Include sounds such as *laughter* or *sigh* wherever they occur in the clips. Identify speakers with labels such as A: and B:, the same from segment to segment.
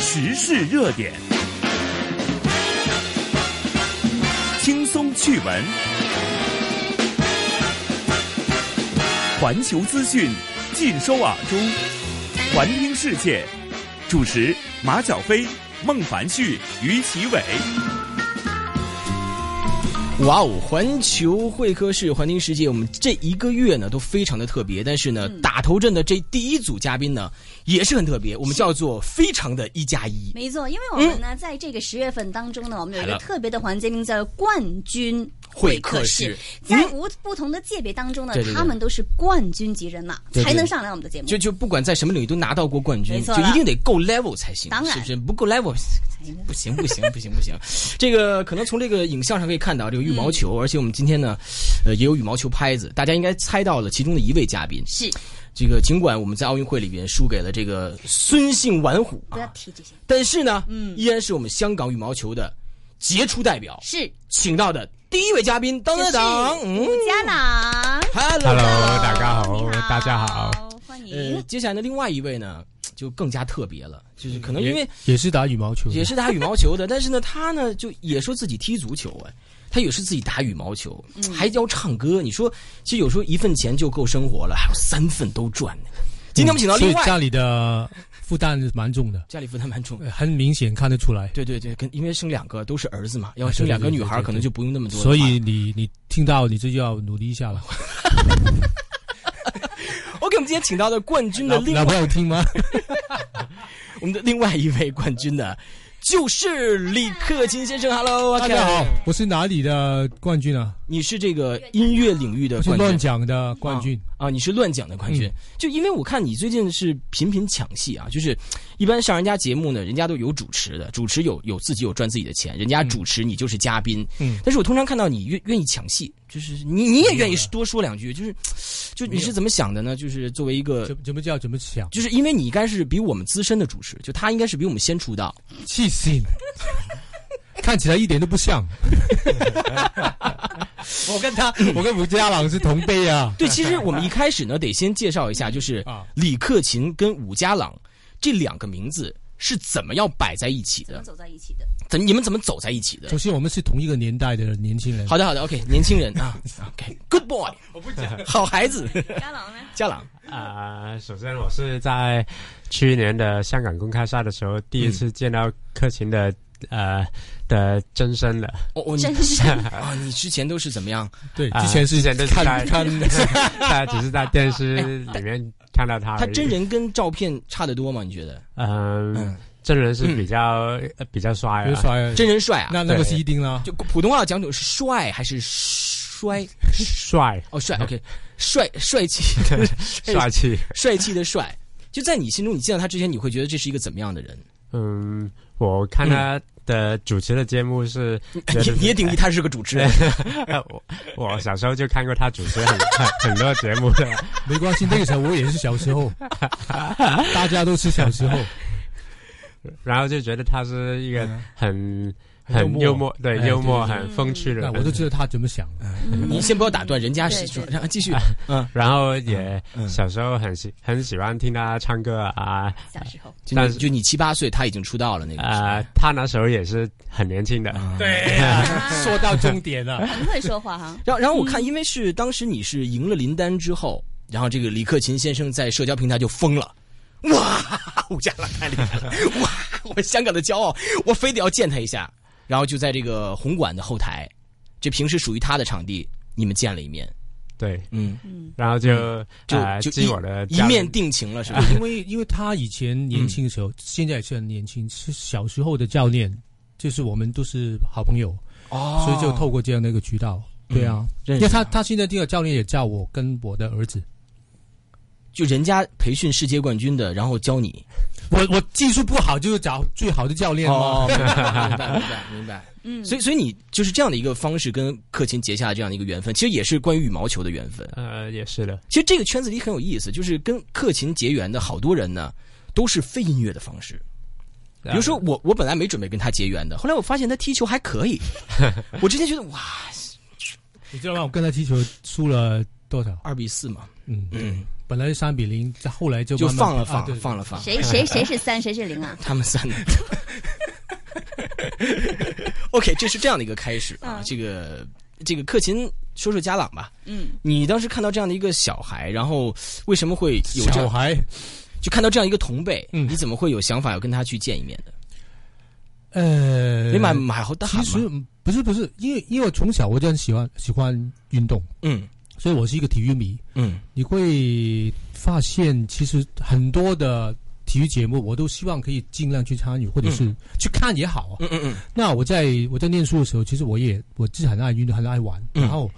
A: 时事热点，轻松趣闻，环球资讯尽收耳中，环听世界。主持马晓飞、孟凡旭、于奇伟。
B: 哇哦！环球会客室，环听世界，我们这一个月呢都非常的特别，但是
C: 嗯
B: 呢，打头阵的这第一组嘉宾呢也是很特别，我们叫做非常的一加一。
C: 没错，因为我们呢，
B: 嗯
C: 在这个十月份当中呢，我们有一个特别的环节，名叫“冠军会客室”
B: 会客
C: 在
B: 室嗯
C: 无不同的界别当中呢
B: 对对，对
C: 他们都是冠军级人马，
B: 对对
C: 才能上来我们的节目
B: 就。就不管在什么领域都拿到过冠军，
C: 没
B: 就
C: 错
B: 一定得够 level 才行，
C: 当然
B: 是不是？不够
C: *laughs*
B: level 不行不行不行不行。这个可能从这个影像上可以看到这个羽毛
C: 嗯
B: 球，而且我们今天呢，呃，也有羽毛球拍子，大家应该猜到了其中的一位嘉宾。
C: 是，
B: 这个尽管我们在奥运会里边输给了这个孙姓玩虎
C: 不要
B: 啊，
C: 提这些，
B: 但是呢，嗯，依然是我们香港羽毛球的杰出代表，
C: 是
B: 请到的第一位嘉宾，当
C: 就
B: 当
C: 是
B: 当，嗯
C: 吴家朗。
B: ，Hello。
D: Hello，大家
C: 你
D: 好，大家好。，
C: 欢
B: 呃
C: 迎，。
B: 接下来的另外一位呢，就更加特别了，就是可能因为
D: 嗯也也是打羽毛球的，
B: 也是打羽毛球的，但 *laughs* 是呢，他呢就也说自己踢足球哎，他也是自己打羽毛球，还教唱歌。你说，其实有时候一份钱就够生活了，还有三份都赚呢。今天我们请到另
D: 嗯所
B: 外
D: 以家里的负担蛮重的，
B: 家里负担蛮重，
D: 呃很明显看得出来。
B: 对对对，跟因为生两个都是儿子嘛，要
D: 啊对
B: 生两个
D: 对对
B: 女孩
D: 对
B: 儿
D: 对
B: 可能就不用那么多了吧。
D: 所以你你听到你这就要努力一下了。
B: ，OK，我们今天请到的冠军的
D: 老
B: 另
D: 老
B: 外
D: 朋友听吗？
B: 我们的另外一位冠军呢，就是李克勤先生。Hello，
D: 大家好，，我是哪里的冠军啊？
B: 你是这个音乐领域的
D: 我是
B: 冠军
D: 乱讲的冠军。
B: 啊，你是乱讲的冠军。
D: 嗯
B: 就因为我看你最近是频频抢戏啊，就是一般上人家节目呢，人家都有主持的，主持有有自己有赚自己的钱，人家主持你就是嘉宾。
D: 嗯
B: 但是我通常看到你愿愿意抢戏，就是你你也愿意多说两句，就是就你是怎么想的呢？就是作为一个
D: 怎。怎么叫怎么想？
B: 就是因为你应该是比我们资深的主持，就他应该是比我们先出道，
D: 气死你！ *laughs* 看起来一点都不像。我跟他，我跟吴家朗是同辈 *laughs* 啊。
B: 对，其实我们一开始呢，得先介绍一下，就是
D: 啊
B: 李克勤跟伍家朗这两个名字是怎么样摆在一起
C: 怎么
B: 的？
C: 走在一起的？
B: 怎你们怎么走在一起的
D: 首？先，我们是同一个年代的年轻人。
B: 好的，好的，OK，年轻人啊，OK，Good boy，我不讲，好孩子，
C: 家朗呢？
B: 家朗，
E: 啊、首先我是在去年的香港公开赛的时候，
D: 嗯
E: 第一次见到克勤的、呃的真身
D: *laughs*
E: 了。
B: 哦哦，你
C: 真是
B: 啊，你之前都是怎么样？
D: 对，
E: 啊
D: 之前是
E: 之前都是
D: 看
E: 在
D: 看
E: 大家只是在电视里面看到他而已。
B: 他真人跟照片差得多吗？你觉得？
E: 嗯、
B: 嗯，
E: 真人是比较、呃比较帅
D: 比如
E: 啊。
D: 说
B: 真人帅啊，
D: 那那个
E: 对
D: 是一定啦。
B: 就普通话讲究是帅还是衰？
D: *laughs*
E: 帅
B: 哦，帅，OK，帅帅气， *laughs*
E: 帅气，
B: 帅气的帅。就在你心中，你见到他之前，你会觉得这是一个怎么样的人？
E: 嗯，我看
D: 嗯
E: 他的主持的节目是，觉得
B: 你
E: 是
B: 你 *laughs* 也定义他是个主持人，
E: 呃我我小时候就看过他主持很很很多节目的，
D: 没关系，那个时候我也是小
B: *laughs*
D: 时候，大家都是小时候，
E: 然后就觉得他是一个
D: 嗯
E: 很
D: 很幽
E: 很
D: 默
E: 幽默，对
D: 哎
E: 幽默，
D: 对对嗯
E: 很风趣的
D: 那
E: 人。
D: 我都知道他怎么想。
C: 嗯
B: 你先不要打断，人家是
C: 对
B: 说
C: 对
B: 让他继续。
E: 然后也
B: 嗯
E: 小时候很喜很喜欢听他唱歌啊
C: 小时候，
B: 就
E: 但
B: 你
E: 是
B: 就你七八岁，他已经出道了那个时候。
E: 啊，他那时候也是很年轻的，
D: 对
C: 啊
D: 说到重点了。
B: 啊
C: 很会说
B: *laughs*
C: 话哈。
B: 然后然后我
C: 嗯
B: 看，因为是当时你是赢了林丹之后，然后这个李克勤先生在社交平台就疯了。哇，吴家朗太厉害了！哇，我香港的骄傲，我非得要见他一下。然后就在这个红馆的后台，这平时属于他的场地，你们见了一面，
E: 对，
B: 嗯，
E: 然后就
B: 就
E: 啊，
B: 就
E: 记我的
B: 一
E: 家
B: 面定情了，是吧？
D: *laughs* 因为因为他以前年轻的时候，现在也是很年轻，是小时候的教练，就是我们都是好朋友，
B: 哦嗯
D: 所以就透过这样的一个渠道。对啊，
B: 认识
D: 因为他他现在这个教练也叫我跟我的
B: *laughs*
D: 儿子，
B: 就人家培训世界冠军的，然后教你。
D: 我我技术不好就是找最好的教练嘛。
B: 哦，
D: *laughs*
B: 明白明白明白明白。
C: 嗯，
B: 所以，所以你就是这样的一个方式跟克勤结下了这样的一个缘分，其实也是关于羽毛球的缘分。
E: 呃也是的，
B: 其实这个圈子里很有意思，就是跟克勤结缘的好多人呢，都是非音乐的方式。比如说我，我本来没准备跟他结缘的，后来我发现他踢球还可
D: *laughs*
B: 以，我之前觉得哇，
D: 你知道吗？我跟他踢球输了多少？
B: 二比四嘛，
D: 嗯，
B: 嗯，
D: 本来是三比零，后来就
B: 就
D: 慢慢
B: 放了
D: 啊
B: 放
D: 对，对
B: 放了放，
C: 谁谁谁是三，谁是零啊？
B: 他们三
C: *laughs*
B: 个。OK，这是这样的一个开始啊。
C: 嗯
B: 这个这个克勤说说家长吧，
C: 嗯，
B: 你当时看到这样的一个小孩，然后为什么会有这
D: 小
B: 样？
D: 孩，
B: 就看到这样一个同辈，
D: 嗯
B: 你怎么会有想法要跟他去见一面的？
D: 呃，
B: 你买买好大
D: 其
B: 喊
D: 实
B: 嘛？
D: 不是不是，因为因为我从小我就很喜欢喜欢运动，
B: 嗯
D: 所以我是一个体育迷。
B: 嗯
D: 你会发现，其实很多的体育节目，我都希望可以尽量去参与，或者是去看也好啊。
B: 嗯嗯嗯嗯
D: 那我在我在念书的时候，其实我也我自己很爱运动，很爱玩。
B: 嗯
D: 然后，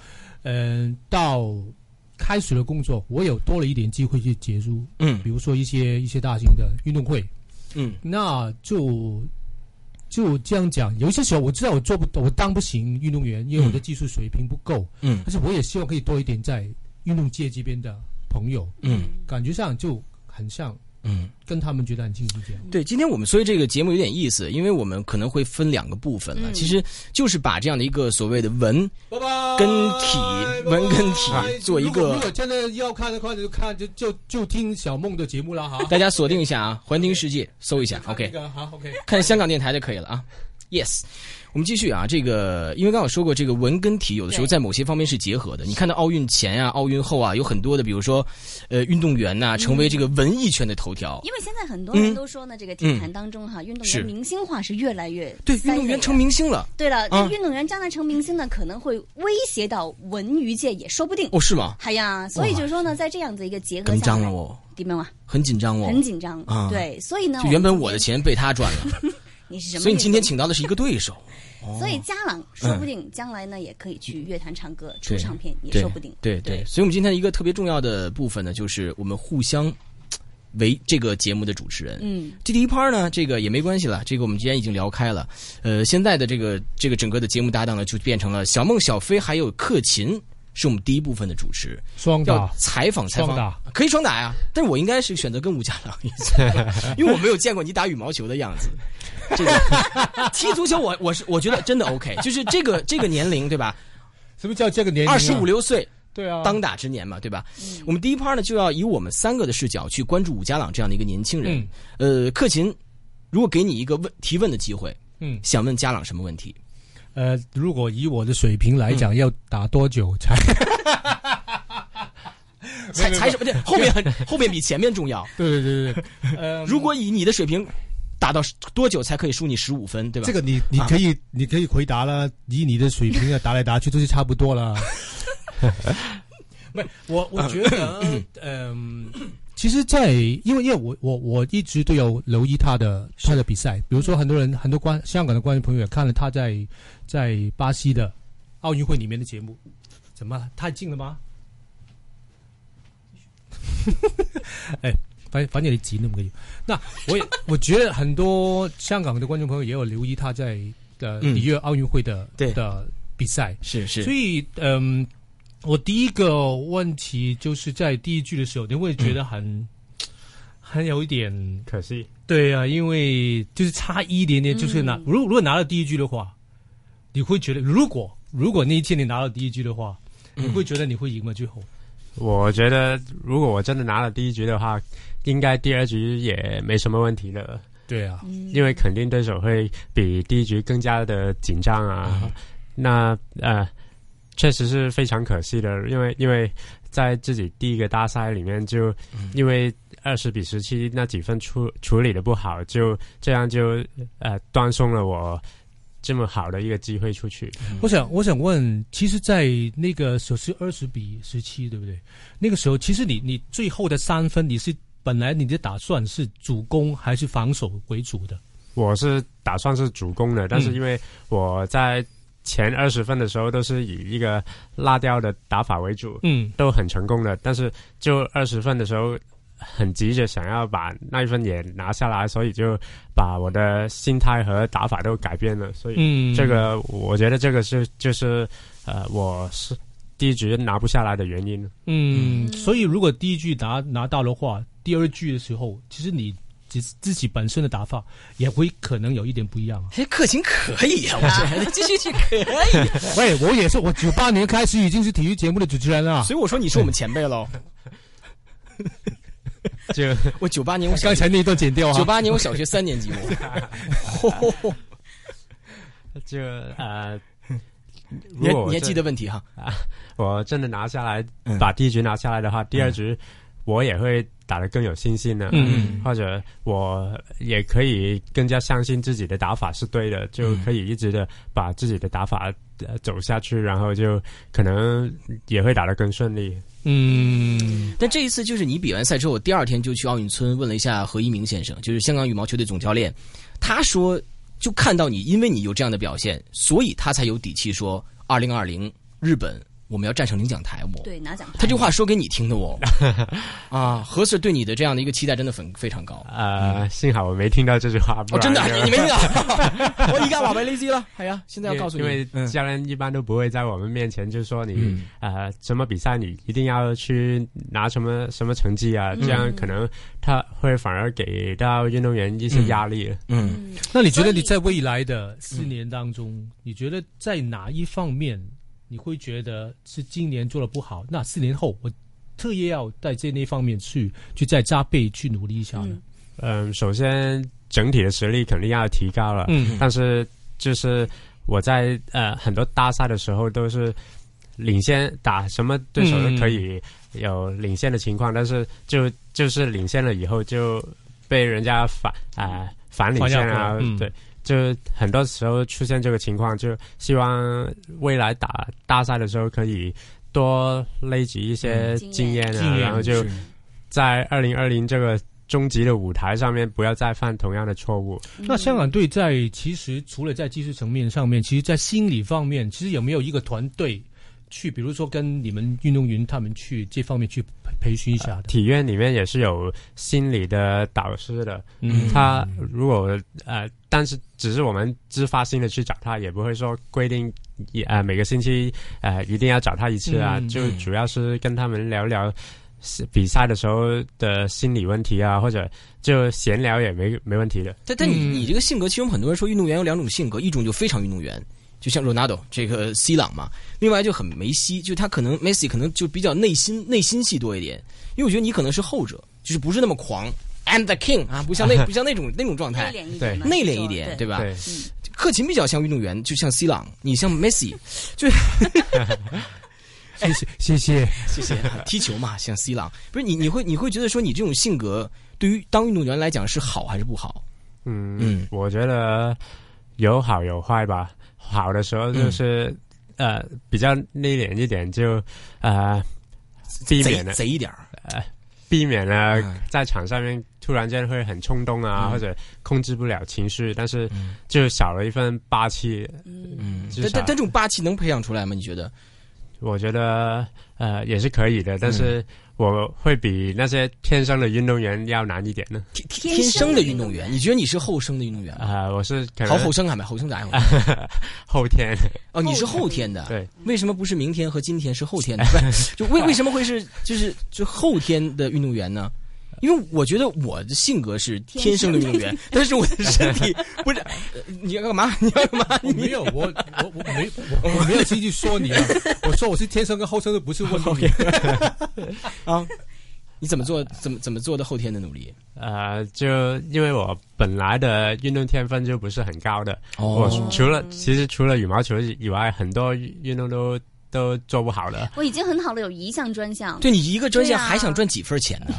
D: 嗯、到开始了工作，我有多了一点机会去接触，比
B: 嗯
D: 如说一些一些大型的运动会，
B: 嗯
D: 那就就这样讲。有一些时候我知道我做不，我当不行运动员，因为我的技术水平不够，
B: 嗯
D: 但是我也希望可以多一点在运动界这边的朋友，
B: 嗯
D: 感觉上就很像
B: 嗯。
D: 跟他们觉得很亲近这样。
B: 对，今天我们所以这个节目有点意思，因为我们可能会分两个部分了，
C: 嗯
B: 其实就是把这样的一个所谓的文
D: 哦
B: 跟体文跟体做一
D: 哎如果如
B: 个
D: 果真的要看的话，就看就就就听小梦的节目了哈。
B: 大家锁定一下啊，环听世界搜一下
D: 看
B: *laughs*
D: 那
B: ，OK，
D: 个好 OK。
B: 看香港电台就可以了啊。Yes，我们继续啊，这个因为刚刚我说过，这个文跟体有的时候
C: 对
B: 在某些方面是结合的。你看到奥运前啊、奥运后啊，有很多的，比如说，呃，运动员呐、成为这个文艺圈的头条。
C: 嗯因为现在很多人都说呢，这个体坛当中哈，运动
B: 嗯是
C: 员明星化是越来越
B: 对，
C: 塞
B: 运动员
C: 了
B: 成。明星了，
C: 对了，这
B: 啊
C: 运动员将来成明星呢，可能会威胁到文娱界也说不定。
B: 哦，是吗？
C: 哎呀，所以就是说呢，在这样子一个结合
B: 紧
C: 下
B: 张
C: 来
B: 了，哦，
C: 弟们啊，
B: 很紧张哦，
C: 很紧张
B: 啊。
C: 对，所以呢，
B: 就原本我
C: 们
B: 的钱被他
C: *laughs*
B: 赚了，
C: 你是什么？
B: 所以你今天，嗯请到的是一个对
C: *laughs*
B: 手。
C: 所以家朗说不定将来呢，也可以去乐坛唱歌、出
B: 对
C: 唱片，也
B: 对
C: 说不定。
B: 对对，所以我们今天一个特别重要的部分呢，就是我们互相为这个节目的主持人。
C: 嗯，
B: 这第一 part 呢，这个也没关系了，这个我们既然已经聊开了，呃，现在的这个这个整个的节目搭档呢，就变成了小梦、小飞还有克勤。是我们第一部分的主持，
D: 双
B: 要
D: 打，
B: 采访采访
D: 双打，
B: 可以双打呀。但是我应该是选择跟吴家朗一起，因为我没有见过你打羽毛球的样子。这
D: *laughs*
B: 个踢足球我，我是我觉得真的 OK，就是这个这个年龄对吧？
D: 什么叫这个年龄啊？嗯
B: 二十五六岁，
D: 对啊，
B: 当打之年嘛，对吧？我们第一 part 呢，就要以我们三个的视角去关注武家朗这样的一个年
D: 嗯
B: 轻人。呃，克勤，如果给你一个问提问的机会，
D: 嗯
B: 想问家朗什么问题？
D: 呃，如果以我的水平来讲，要打多久才？
B: 才才什么？这后面 *laughs* 很后面比前面重要。
D: 对对对对， *laughs* 呃，
B: 如果以你的水平，打到多久才可以输你十五分，对吧？
D: 这个你你
B: 啊
D: 可以、你可以回答了，以你的水平啊，打来打去都是差不多 *laughs* 了。没，我我觉得，嗯、其实在，因为因为我我我一直都有留意他的他的比赛，比如说很多人很多观香港的观众朋友也看了他在在巴西的奥运会里面的节目，怎么太近了吗？ *laughs* 哎，反反正你急那么个有，那我也 *laughs* 我觉得很多香港的观众朋友也有留意他在呃
B: 嗯
D: 里约奥运会的、
B: 对
D: 的比赛，
B: 是是
D: 所以嗯，我第一个问题就是在第一句的时候，你会觉得很、
B: 嗯
D: 很有一点
E: 可惜，
D: 对啊，因为就是差一点点，就是拿
C: 嗯
D: 如、如果拿到第一句的话，你会觉得如果如果那一天你拿到第一句的话，你
B: 嗯
D: 会觉得你会赢吗？最后，
E: 我觉得如果我真的拿了第一局的话，应该第二局也没什么问题了，
D: 对啊，
E: 因为肯定对手会比第一局更加的紧张啊。那呃，确实是非常可惜的，因为因为在自己第一个大赛里面就因为二十比十七那几分处处理的不好，就这样就呃断送了我这么好的一个机会出去。
D: 我想，我想问，其实，在那个时候是二十比十七，对不对？那个时候，其实你你最后的三分，你是本来你的打算是主攻还是防守为主的？
E: 我是打算是主攻的，但是
D: 嗯
E: 因为我在前二十分的时候都是以一个拉掉的打法为主，
D: 嗯
E: 都很成功的。但是就二十分的时候，很急着想要把那一分也拿下来，所以就把我的心态和打法都改变了。所以
D: 嗯，
E: 这个，我觉得这个是就是呃，我是第一局拿不下来的原因。
D: 嗯，所以如果第一句拿拿到的话，第二句的时候，其实你自自己本身的打法也会可能有一点不一样啊。
B: 哎，克勤可以呀、我觉得继续去可以。
D: *laughs* 喂，我也是，我九八年开始已经是体育节目的主持人了。啊
B: 所以我说你是我们前辈喽。
E: 就
B: 我九八年我小
D: *laughs* 刚才那一段剪掉
B: 九
D: 啊。
B: 八年我小学三年级
D: *laughs*
B: 我， *laughs*
E: 就呃，如
B: 年
E: 果我
B: 年
E: 真
B: 纪的问题哈，
E: 我真的拿下来
B: 嗯，
E: 把第一局拿下来的话，第二局我也会打得更有信心的，
B: 嗯
E: 或者我也可以更加相信自己的打法是对
B: 嗯
E: 的，就可以一直的把自己的打法呃走下去，然后就可能也会打得更顺利。
D: 嗯，
B: 但这一次就是你比完赛之后，我第二天就去奥运村问了一下何一鸣先生，就是香港羽毛球队总教练，他说就看到你，因为你有这样的表现，所以他才有底气说二零二零日本我们要站上领奖台。我
C: 对，拿奖牌。
B: 他这话说给你听的哦， *laughs* 啊，何 Sir 对你的这样的一个期待真的很非常高。
E: 呃，
B: 嗯
E: 幸 *laughs* 好我没听到这句话，不
B: 哦，
E: 然
B: 真的，
E: 就
B: *laughs* 你你没听
E: *laughs*
B: 到？我一干瓦白雷基了，哎呀，现在要告诉你，
E: 因为因为教练一般都不会在我们面前就说你、呃什么比赛你一定要去拿什么什么成绩啊，这样可能他会反而给到运动员一些压力。
B: 嗯
C: 嗯，
D: 那你觉得你在未来的四年当中，你觉得在哪一方面你会觉得是今年做的不好？那四年后我特意要在这那方面去去再加倍去努力一下呢？
E: 嗯、首先整体的实力肯定要提高了，
D: 嗯
E: 但是就是我在呃很多大赛的时候都是领先打什么对手都可以有领先的情况，但是就就是领先了以后就被人家反啊、反领先
D: 反咬
E: 啊
D: 合，嗯
E: 对。就很多时候出现这个情况，就希望未来打大赛的时候可以多累积一些
C: 嗯经
E: 经
C: 验
E: 验啊，
D: 经验
E: 然后就在二零二零这个终极的舞台上面，不要再犯同样的错误。
D: 那香港队在其实除了在技术层面上面，其实在心理方面，其实有没有一个团队去，比如说跟你们运动员他们去这方面去培培训一下的？
E: 体院里面也是有心理的导师的，
D: 嗯
E: 他如果呃，但是只是我们自发性的去找他，也不会说规定一呃每个星期呃一定要找他一次啊，
D: 嗯
E: 就主要是跟他们聊聊是比赛的时候的心理问题啊，或者就闲聊也没没问题的。
B: 但但你
D: 嗯
B: 你这个性格，其实我们很多人说运动员有两种性格，一种就非常运动员，就像 Ronaldo 这个 C 朗嘛，另外就很梅西，就他可能 Messi 可能就比较内心内心戏多一点，因为我觉得你可能是后者，就是不是那么狂，I'm the king 啊，不像那不像那种那种状态
C: 内。敛一
E: 对
C: 点嘛，
B: 内敛一点，
C: 对
B: 哎
C: 嗯
B: 对吧？
E: 对，
B: 克勤比较像运动员，就像 C 朗，你像
E: *laughs*
B: Messi，就
D: 谢谢谢谢。
B: 谢谢。 *laughs* 踢球嘛，像 C 朗，不是你你会你会觉得说你这种性格对于当运动员来讲是好还是不好？
E: 嗯，
B: 嗯
E: 我觉得有好有坏吧。好的时候就是、
B: 嗯
E: 呃比较内敛一点就，呃避
B: 贼
E: 免了
B: 贼一点儿，
E: 避免了
B: 嗯
E: 在场上面突然间会很冲动啊，
B: 嗯
E: 或者控制不了情绪，但是就少了一份霸气。嗯，
B: 但但但这种霸气能培养出来吗？你觉得？
E: 我觉得呃也是可以的，但
B: 嗯
E: 是我会比那些天生的运动员要难一点呢。
C: 天
B: 天生的运
C: 运
B: 动
C: 动
B: 员，你觉得你是后生的运动员吗？
E: 啊、我是可
B: 好
E: 能
B: 后生还没后生咋样？*laughs*
E: 后天，
B: 哦，你是后天的，
E: 对，
B: 为什么不是明天和今天是后天
E: *laughs*
B: 的？不是就为为什么会是就是就后天的运动员呢？因为我觉得我的性格是天生的运动员，但是我的身
E: *laughs*
B: 体不是。呃你要干嘛？你要干嘛？
D: *laughs* 我没有，我我我没我我没有继续说 *laughs* 你啊！我说我是天生跟后生都不是问题。
B: 啊？你怎么做？怎么怎么做的后天的努力？
E: 呃，就因为我本来的运动天分就不是很高的，
B: 哦
E: 我除了其实除了羽毛球以外，很多运动都都做不好的。
C: 我已经很好了，有一项专项，
B: 对你一个专项
C: 对啊
B: 还想赚几份钱呢？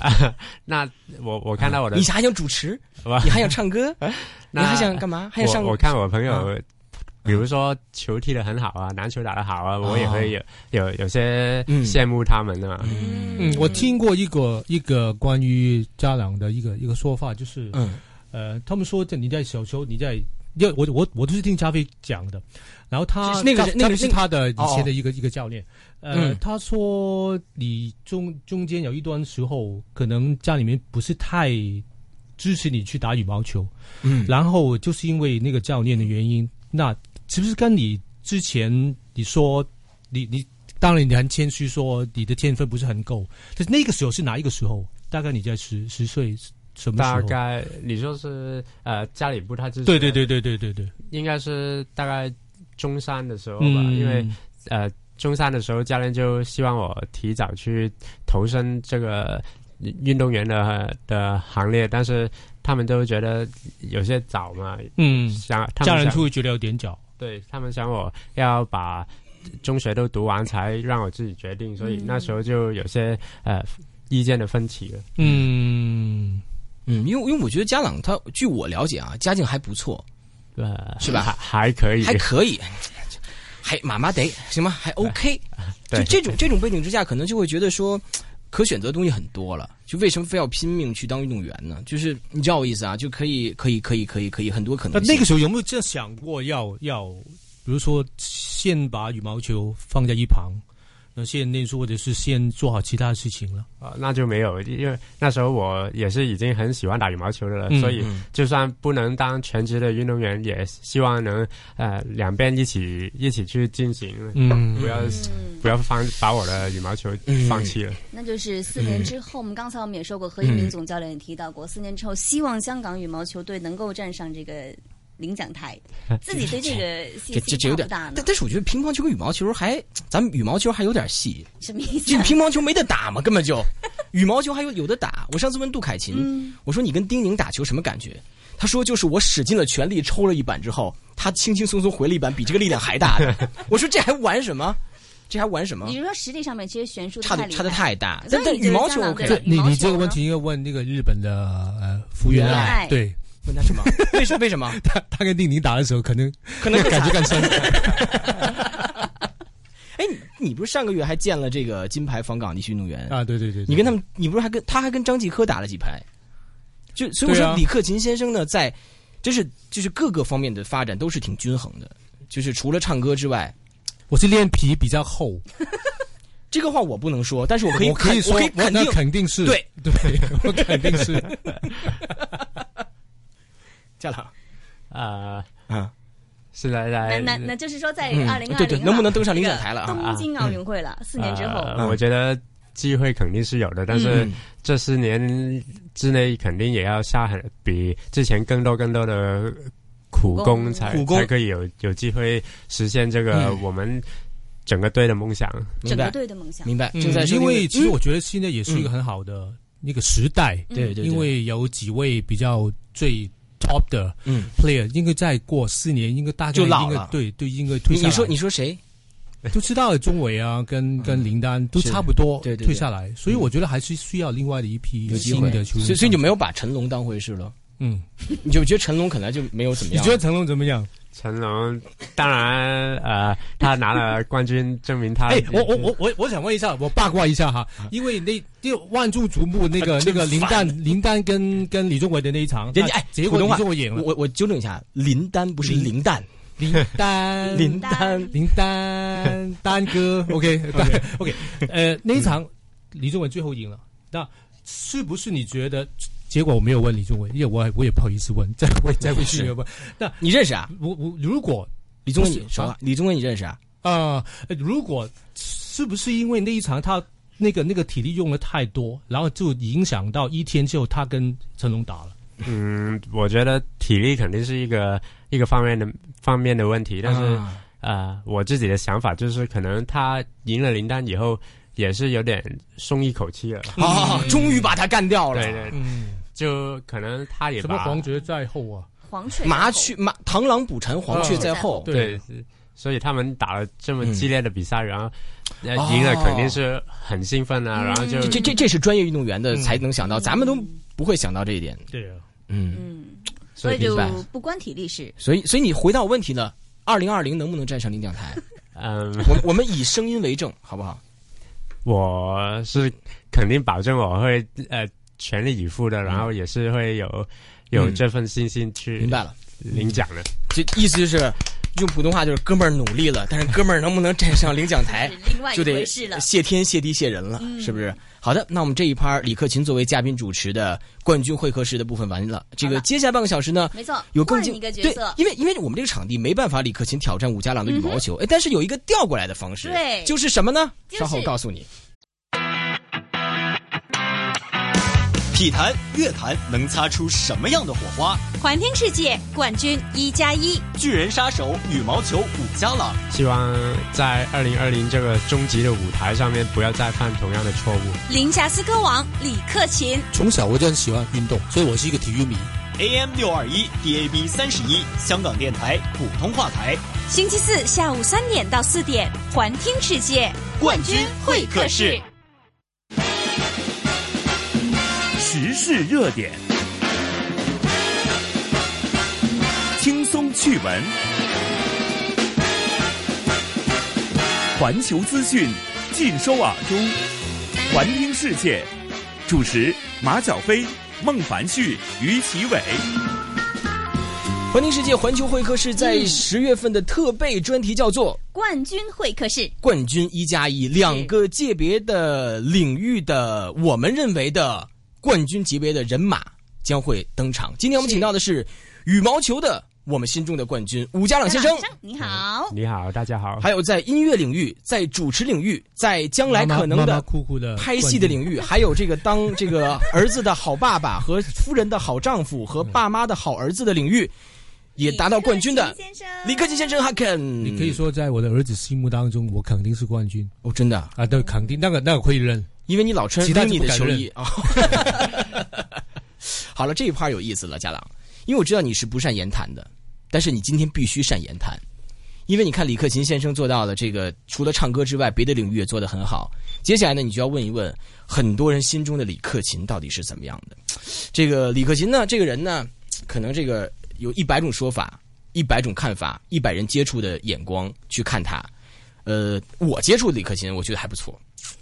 E: 那我我看到我的，
B: 啊你还想主持？
E: 哇
B: 你还想唱
E: *laughs*
B: 歌？你
E: 那
B: 还想干嘛？还想上啊
E: 我我看我朋友，比如说球踢得很好啊，篮球打得好啊，我也会有有有些
B: 哦嗯
E: 羡慕他们啊。
D: 嗯，我听过一个一个关于家长的一个一个说法，就是
B: 嗯
D: 呃，他们说在你在小时候你在。因为我我我都是听加菲讲的，然后他
B: 是那个是
D: 加
B: 那个
D: 加菲是
B: 那个
D: 他的以前
B: 哦
D: 的一个、一个教练，呃，
B: 嗯
D: 他说你中中间有一段时候，可能家里面不是太支持你去打羽毛球，
B: 嗯
D: 然后就是因为那个教练的原因，那是不是跟你之前你说你你当然你很谦虚说你的天分不是很够，但是那个时候是哪一个时候？大概你在十十岁什么时
E: 大
D: 候？
E: 概你说是呃家里不太支持，
D: 对对，对对对对对，
E: 应该是大概中三的时候吧，
D: 嗯，
E: 哦因为呃中三的时候，教练就希望我提早去投身这个运动员的呃的行列，但是他们都觉得有些早嘛，
D: 嗯，
E: 想他
D: 家
E: 们
D: 人
E: 想
D: 出去觉得有点早，
E: 对他们想我要把中学都读完才让我自己决定，所以
C: 嗯
E: 那时候就有些呃意见的分歧了。
D: 嗯，
B: 嗯，因为因为我觉得家朗他，据我了解啊，家境还不错，
E: 呃，
B: 是吧
E: 还还可
D: 哎
E: 以，
B: 还可以，还麻麻得行吗？还 OK。就
E: 对
B: 这种这种背景之下，可能就会觉得说，可选择的东西很多了，就为什么非要拼命去当运动员呢？就是你知道我意思啊，就可以可以可以可以可以很多可
D: 那
B: 能性。
D: 那个时候有没有这样想过要要，比如说先把羽毛球放在一旁，那先念书，或者是先做好其他事情了？
E: 呃那就没有，因为那时候我也是已经很喜欢打羽毛球的了，
D: 嗯
E: 所以
B: 嗯
E: 就算不能当全职的运动员，也希望能呃两边一起一起去进行，
D: 嗯
E: 不要
C: 嗯，
E: 不要放把我的羽毛球放弃了。
C: 那就是
B: 嗯
C: 四年之后，我们刚才我们也说过，何一鸣总教练也提到过，四年之后希望香港羽毛球队能够站上这个领
B: *laughs*
C: 奖台。自己对这个
B: 这
C: 信
B: 这
C: 心
B: 这有
C: 大
B: 点
C: 不大，呢
B: 但？但是我觉得乒乓球跟羽毛球还，咱们羽毛球还有点戏，
C: 什么意思
B: 这
C: *laughs* 啊？
B: 乒乓球没得打嘛，根本就，羽毛球还有有的打。我上次问杜凯琴，
C: 嗯
B: 我说你跟丁宁打球什么感觉？他说就是我使尽了全力抽了一板之后，他轻轻松松回了一板，比这个力量还大
C: *laughs*
B: 的。我说这还玩什么？这还玩什么
C: 你？就说实力上面其实悬殊
B: 差
C: 太
B: 的
C: 厉害，
B: 差的太大。
C: 所
B: 但
C: 以
B: 但
C: 你就是
B: 羽毛球
C: 家长
B: OK，
C: 对
D: 你
C: 羽毛
D: 你
C: 球
D: 这个问
C: 呢
D: 题应该问那个日本的呃福原
B: 原
D: 爱，
C: 爱
D: 对
B: 问他什么？为什为什
C: *laughs*
B: 么？
D: 他他跟丁宁打的时候，可能
B: 可能更
D: 感觉
B: 惨
D: 更深。
B: 哎，你你不是上个月还见了这个金牌访港地区运动员？
D: 啊，对对对，对
B: 你跟他们，你不是还跟他还跟张继科打了几拍？就所以我
D: 对
B: 说
D: 啊，
B: 李克勤先生呢，在真是就是各个方面的发展都是挺均衡的，就是除了唱歌之外。
D: 我是练皮比较厚，
B: 这个话我不能说，但是我可以
D: 我可以
B: 肯
D: 说，
B: 我可以
D: 我
B: 肯
D: 那
B: 定，
D: 肯定是
B: 对
D: 对，我肯
B: *laughs*
D: 定是。
B: 家长
E: 呃，
B: 啊，
E: 是来
C: 那
E: 来，
C: 那那就是说，在
B: 嗯
C: 哎二零二啊
B: 对对
C: 零
B: 能不能登上领奖台了啊嗯啊
C: 东京奥运会了，四年之后，
E: 呃我觉得机会肯定是有的，但是
B: 嗯
E: 这四年之内肯定也要下很比之前更多更多的苦
C: 苦功
E: 功才，
B: 苦功
E: 才可以有有机会实现这个
B: 嗯
E: 我们整个队的梦想。
B: 明
C: 整个
B: 白
C: 队的啊梦想。
B: 明白，
D: 嗯
B: 正在收听
D: 因为其实
B: 嗯
D: 我觉得现在也是一个很好的那个时代，
B: 对对，
D: 因为有几位比较最 top 的
B: 嗯，
D: player，应该再过四年，应该大概
B: 就老
D: 应该
B: 了
D: 对对，应该退
B: 你
D: 下来。
B: 你说你说谁？
D: *laughs* 都知道钟伟啊，跟跟林丹都
B: 是
D: 差不多
B: 对对对
D: 退下来，所以我觉得还是需要另外的一批
B: 有机
D: 新
B: 会
D: 的，球员上
B: 所
D: 场。
B: 以所以你就没有把成龙当回事了，
D: 嗯，
B: 你就觉得成龙可能就没有怎么
D: 你
B: 样
D: 觉？得成龙怎么样？
E: 成龙，当然，呃，他拿了冠军，证明他。
D: 哎，啊我我我我我想问一下，我八卦一下哈，因为那就万众瞩目那 *laughs* 个那个林丹林丹跟跟李宗伟的那一场，
B: 人家
D: 他
B: 哎
D: 结
B: 普
D: 果
B: 通
D: 李
B: 话
D: 宗伟赢了，
B: 我我纠正一下，林丹不是
D: 林
B: 林丹，
D: 林丹
B: 林
C: 丹
B: 丹
D: 林丹丹 *laughs* 哥，OK OK OK，呃，那一场李宗伟最后赢了，那是不是你觉得？结果我没有问李宗伟，因为我也我也不好意思 *laughs* 问，再问再回去
B: 是
D: 问。
B: 你认识啊？
D: 我我如果
B: 李宗
D: 不
B: 伟
D: 是，
B: 熟啊？李宗伟你认识啊？
D: 啊、呃如果是不是因为那一场他那个那个体力用的太多，然后就影响到一天之后他跟成龙打了？
E: 嗯，我觉得体力肯定是一个一个方面的方面的问题，但是、
B: 啊
E: 呃，我自己的想法就是，可能他赢了林丹以后，也是有点松一口气了。
B: 啊，终于把他干掉了。
E: 嗯对对，
D: 嗯，
E: 就可能他也
D: 什么
E: 把
D: 黄觉在后啊？
C: 黄雀
B: 麻雀麻螳螂捕蝉，黄雀
D: 啊
B: 在后。
E: 哦对，是所以他们打了这么激烈的比赛，然后呃
B: 哦
E: 赢了肯定是很兴奋啊，然后就
B: 这这这这是专业运动员的
D: 嗯
B: 才能想到，咱们都不会想到这一点。
D: 对啊，
B: 嗯，
C: 嗯，
E: 所
C: 所以
E: 以
C: 就
B: 明白
C: 不关体力事，
B: 所以所以你回到问题呢，二零二零能不能站上领奖
E: *laughs*
B: 台？
E: 嗯，
B: 我我们以声音为证，好不好？
E: 我是肯定保证我会呃全力以赴的，然后也是会有有
B: 嗯
E: 这份信心去
B: 明白了，
E: 领奖的。
B: 就意思就是用普通话就是哥们儿努力了，但是哥们儿能不能站上领奖台
C: 是，另外一
B: 哎就
C: 回
B: 得
C: 事了。嗯
B: 谢天谢地谢人了，是不是？好的，那我们这一趴李克勤作为嘉宾主持的冠军会客室的部分完了，这
C: 好
B: 个
C: 了
B: 接下来半个小时呢，
C: 没错，
B: 有更
C: 换
B: 精
C: 一个角色
B: 对，因为因为我们这个场地没办法李克勤挑战武家朗的羽毛球，哎、但是有一个调过来的方式，
C: 嗯对
B: 就是什么呢？
C: 就是
B: 稍后告诉你。
F: 体坛、乐坛能擦出什么样的火花？
G: 环听世界冠军一加一，
F: 巨人杀手羽毛球五加朗，
E: 希望在二零二零这个终极的舞台上面，不要再犯同样的错误。
G: 零瑕斯歌王李克勤，
H: 从小我就很喜欢运动，所以我是一个体育迷。
F: AM 六二一，DAB 三十一，香港电台普通话台，
G: 星期四下午三点到四点，环听世界
F: 冠军会客室。
A: 时事热点，轻松趣闻，环球资讯尽收耳中，环听世界。主持马晓飞、孟凡旭、于奇伟。
B: 环听世界环球会客室
C: 嗯
B: 在十月份的特备专题叫做
C: 冠军会客室，
B: “冠军一加一”，两个界别的领域的我们认为的冠军级别的人马将会登场。今天我们请到的是羽毛球的我们心中的冠军伍家朗先生，
C: 你好，
E: 你好，大家好。
B: 还有在音乐领域、在主持领域、在将来可能
D: 妈妈妈妈
B: 的
D: 哭哭的
B: 拍戏的领域，还有这个
D: *laughs*
B: 当这个儿子的好爸爸和夫人的好丈夫和爸妈的好儿子的领域，也达到冠军的
C: 李克勤先生
B: 李克勤先生哈肯，
D: 你可以说，在我的儿子心目当中，我肯定是冠军
B: 哦，真的啊、
D: 啊！对，肯定那个那个可以认。
B: 因为你老穿
D: 其他就
B: Vini
D: 不
B: 的
D: 敢
B: 球
D: 认
B: 衣啊。 *laughs* 好了，这一趴有意思了，家朗，因为我知道你是不善言谈的，但是你今天必须善言谈，因为你看李克勤先生做到了这个，除了唱歌之外，别的领域也做得很好。接下来呢，你就要问一问很多人心中的李克勤到底是怎么样的。这个李克勤呢，这个人呢，可能这个有一百种说法，一百种看法，一百人接触的眼光去看他。呃，我接触李克勤，我觉得还不错，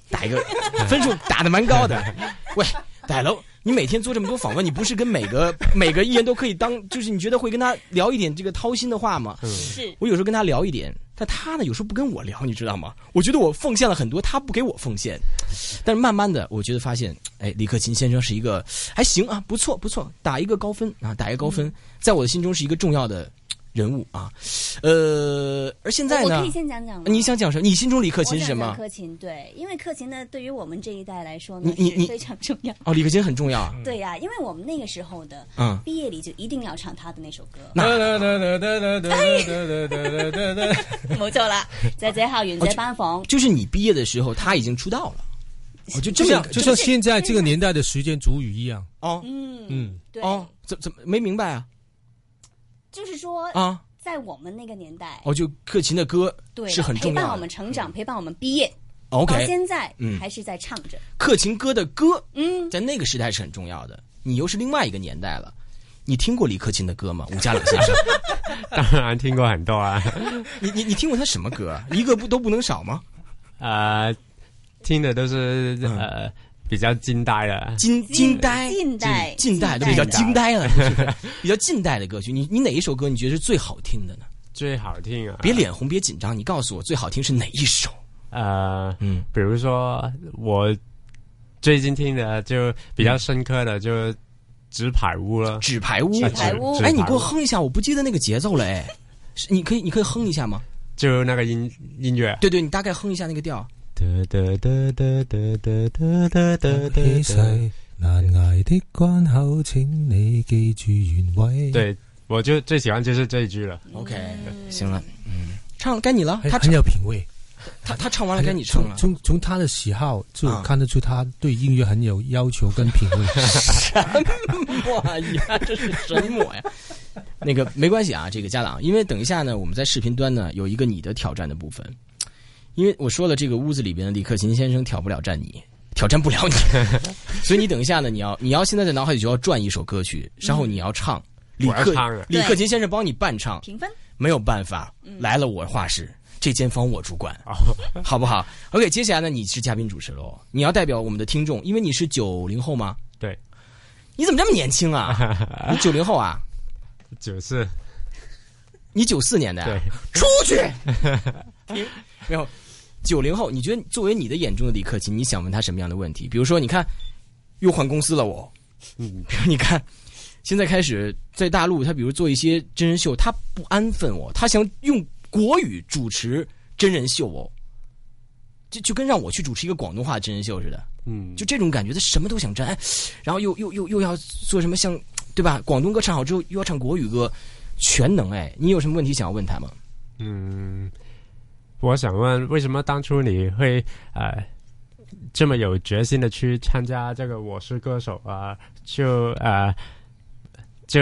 B: 打一个 *laughs* 分数打得蛮高的。 *laughs* 喂，歹楼，你每天做这么多访问，你不是跟每个每个艺人都可以当，就是你觉得会跟他聊一点这个掏心的话吗？
C: 是
B: 我有时候跟他聊一点，但他呢有时候不跟我聊，你知道吗？我觉得我奉献了很多，他不给我奉献。但是慢慢的，我觉得发现，哎，李克勤先生是一个还行啊，不错不错，打一个高分啊，打一个高分，在我的心中是一个重要的人物啊。呃，而现在
C: 我
B: 呢
C: 可以，先讲讲吗？
B: 你想讲什么？你心中李克
C: 我
B: 勤是
C: 想
B: 什
C: 讲
B: 么？
C: 克勤对，因为克勤呢，对于我们这一代来说
B: 你
C: 呢，
B: 你你
C: 是非常重要。
B: 哦，李克勤很重要啊。
C: 对呀、因为我们那个时候的
B: 嗯
C: 毕业礼就一定要唱他的那首歌， *laughs*
D: 哎
C: 没错啦，在这好远在班房，
B: 哦就是你毕业的时候，他已经出道了。我就这
D: 就
B: 么
D: 像
B: 一个
D: 就像现在这个年代的时间煮雨一样，
B: 哦
C: 嗯，
D: 嗯，
C: 对，
B: 哦，怎怎么没明白啊
C: 就是说，
B: 啊？
C: 在我们那个年代，
B: 哦，就克勤的歌
C: 对，
B: 是很重
C: 陪伴我
B: 要
C: 们
B: 的。嗯哦
C: 成长，陪伴我们毕业，到
B: OK，
C: 现在
B: 嗯
C: 还是在唱着，
B: 克勤歌的歌
C: 嗯，
B: 在那个时代是很重要的。你又是另外一个年代了，你听过李克勤的歌吗？吴家朗 *laughs* 先生，
E: 当然听过很多啊，
B: 你你你听过他什么歌？啊一个不都不能少吗？
E: 呃，听的都是呃比较近代的，
B: 惊惊呆，
C: 近代
B: 近代都比较
C: 近代
B: 惊呆了，就是比较近代的歌曲。你你哪一首歌你觉得是最好听的呢？
E: 最好听啊。
B: 别脸红，别紧张，你告诉我最好听是哪一首？
E: 呃，
B: 嗯
E: 比如说我最近听的就比较深刻的就《纸牌屋》了，
B: 纸牌屋，
E: 啊
C: 纸牌屋
E: 纸
B: 哎，你给我
E: 屋
B: 哼一下，我不记得那个节奏了，哎，是你可以，你可以哼一下吗？
E: 就那个音音乐，
B: 对对，你大概哼一下那个调。
E: 得得得得得得得得得得
D: 起勢難捱的關口，請你記住原位。，
E: 对，我就最喜欢就是这一句了。
B: OK，行了，嗯，哎唱该你了，
D: 很
B: 他
D: 很
B: 唱
D: 有品味。
B: 他他唱完了该你唱了。
D: 从从从他的喜好就
B: 啊
D: 看得出他对音乐很有要求跟品 *laughs* 味。
B: *laughs* 哇呀，这是什么呀？那个没关系啊，这个家长，因为等一下呢，我们在视频端呢有一个你的挑战的部分，因为我说了，这个屋子里边李克勤先生挑不了战你，挑战不 *laughs* 了你，所以你等一下呢，你要你要现在在脑海里就要转一首歌曲，然后你要唱。李
E: 我要
B: 克
E: 唱啊
B: 李克勤先生帮你伴唱，
C: 评分
B: 没有办法，来了我画室，这间房我主管， *laughs* 好不好？OK，接下来呢，你是嘉宾主持喽，你要代表我们的听众，因为你是九零后吗？
E: 对，
B: 你怎么这么年轻啊？你九零后啊？
E: 就是
B: 你九四年的、啊
E: 对？
B: 出去！没有，九零后，你觉得作为你的眼中的李克勤，你想问他什么样的问题？比如说，你看，又换公司了我， *laughs*
E: 嗯，
B: 你看，现在开始在大陆，他比如做一些真人秀，他不安分哦，他想用国语主持真人秀哦，就就跟让我去主持一个广东话真人秀似的。
E: 嗯，
B: 就这种感觉，他什么都想沾，哎然后又又又又要做什么像，对吧？广东歌唱好之后，又要唱国语歌，全能哎！你有什么问题想要问他吗？
E: 嗯，我想问，为什么当初你会呃这么有决心的去参加这个《我是歌手》啊？就呃，就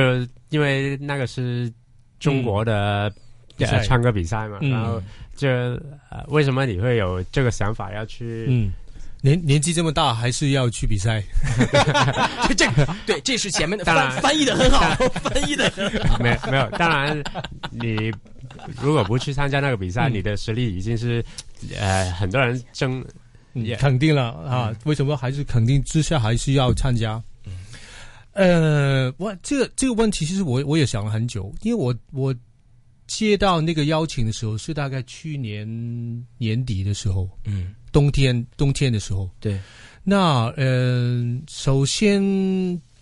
E: 因为那个是中国的、
D: 嗯比赛
E: 呃、唱歌比赛嘛，
D: 嗯
E: 然后就、呃、为什么你会有这个想法要去？
D: 嗯，年年纪这么大还是要去比赛，
B: 这 *laughs* 这对，这是前面的
E: 当
B: 翻
E: 然
B: 翻译的很好， *laughs* 翻译的很好。
E: *laughs* 没有没有，当然你如果不去参加那个比赛，你的实力已经是呃很多人争。
D: 嗯
E: Yeah
D: 肯定了啊。为什么还是肯定之下还是要参加？呃，我这个这个问题，其实我我也想了很久，因为我我接到那个邀请的时候是大概去年年底的时候，
B: 嗯，
D: 冬天冬天的时候，
B: 对，
D: 那嗯、呃首先，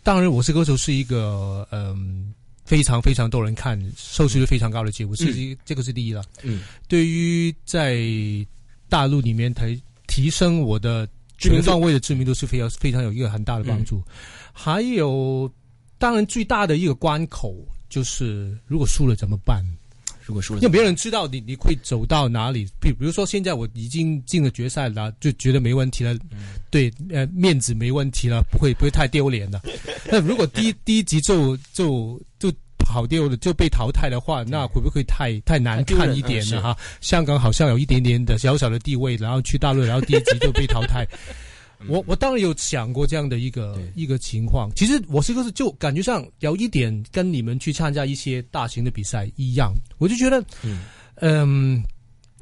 D: 当然《我是歌手》是一个嗯、非常非常多人看、收视率非常高的节目，是一、这个是第一了。
B: 嗯，
D: 对于在大陆里面提提升我的
B: 知名
D: 全
B: 度
D: 方位的知名度是非常非常有一个很大的帮助。
B: 嗯
D: 还有，当然最大的一个关口就是如果输了怎么办？
B: 如果输了
D: 因为
B: 怎么办，
D: 没有人知道你你会走到哪里。比比如说，现在我已经进了决赛了，就觉得没问题了，
B: 嗯
D: 对，呃，面子没问题了，不会不会太丢脸了。 *laughs* 那如果
B: *laughs*
D: 第一第一集就就就跑掉了，就被淘汰的话，那会不会太太难
B: 太丢
D: 看
B: 人
D: 一点
B: 嗯是
D: 呢？哈，香港好像有一点点的小小的地位，然后去大陆，然后第一集就被
B: *laughs*
D: 淘汰。我我当然有想过这样的一个一个情况，其实我是个是就感觉上有一点跟你们去参加一些大型的比赛一样，我就觉得，嗯，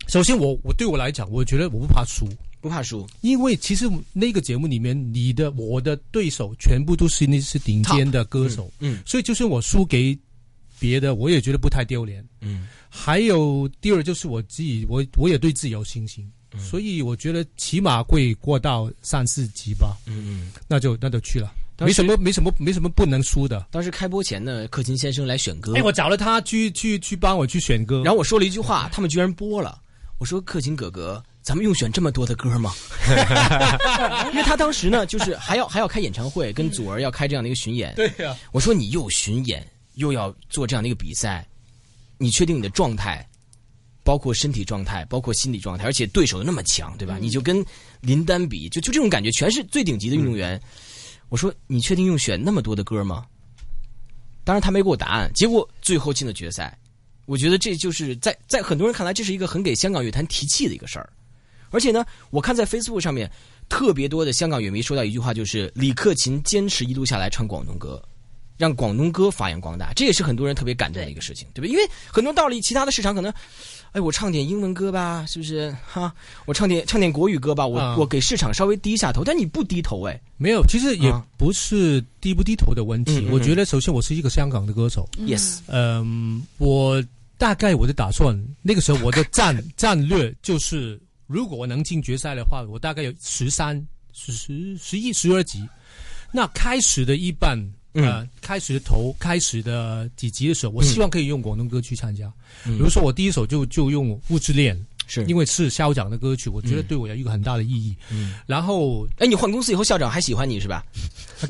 D: 首先我我对我来讲，我觉得我不怕输，
B: 不怕输，
D: 因为其实那个节目里面，你的我的对手全部都是那是顶尖的歌手，
B: 嗯
D: 所以就算我输给别的，我也觉得不太丢脸。
B: 嗯
D: 还有第二就是我自己，我我也对自己有信心，所以我觉得起码会过到三四级吧，
B: 嗯嗯。
D: 那就那就去了，
B: 当
D: 没
B: 时
D: 什么没什么没什么不能输的。
B: 当时开播前呢，克勤先生来选歌，
D: 哎，我找了他去去去帮我去选歌，
B: 然后我说了一句话，他们居然播了。我说克勤哥哥，咱们用选这么多的歌 *laughs* 吗？因为他当时呢，就是还要还要开演唱会，跟祖儿要开这样的一个巡演。对呀、我说你又巡演又要做这样的一个比赛，你确定你的状态，包括身体状态，包括心理状态，而且对手又那么强，对吧？你就跟林丹比，就就这种感觉，全是最顶级的运动员。我说你确定用选那么多的歌吗？当然他没给我答案，结果最后进了决赛。我觉得这就是在在很多人看来，这是一个很给香港乐坛提气的一个事儿。而且呢，我看在 Facebook 上面特别多的香港乐迷说到一句话，就是李克勤坚持一路下来唱广东歌，让广东歌发扬光大，这也是很多人特别感动的一个事情，对吧？因为很多道理，其他的市场可能，哎，我唱点英文歌吧，是不是？哈，我唱点唱点国语歌吧，我、
D: 啊
B: 我给市场稍微低一下头，但你不低头，哎，
D: 没有，其实也
B: 啊
D: 不是低不低头的问题。
B: 嗯嗯嗯
D: 我觉得首先我是一个香港的歌手，
B: Yes
D: 嗯，我大概我的打算，那个时候我的战 *laughs* 战略就是，如果我能进决赛的话，我大概有十三、十十、十一、十二集。那开始的一半，呃，开始的头，开始的几集的时候，我希望可以用广东歌去参加。比如说，我第一首就就用《物质恋》，
B: 是
D: 因为是校长的歌曲，我觉得对我有一个很大的意义。然后
B: 哎，你换公司以后，校长还喜欢你是吧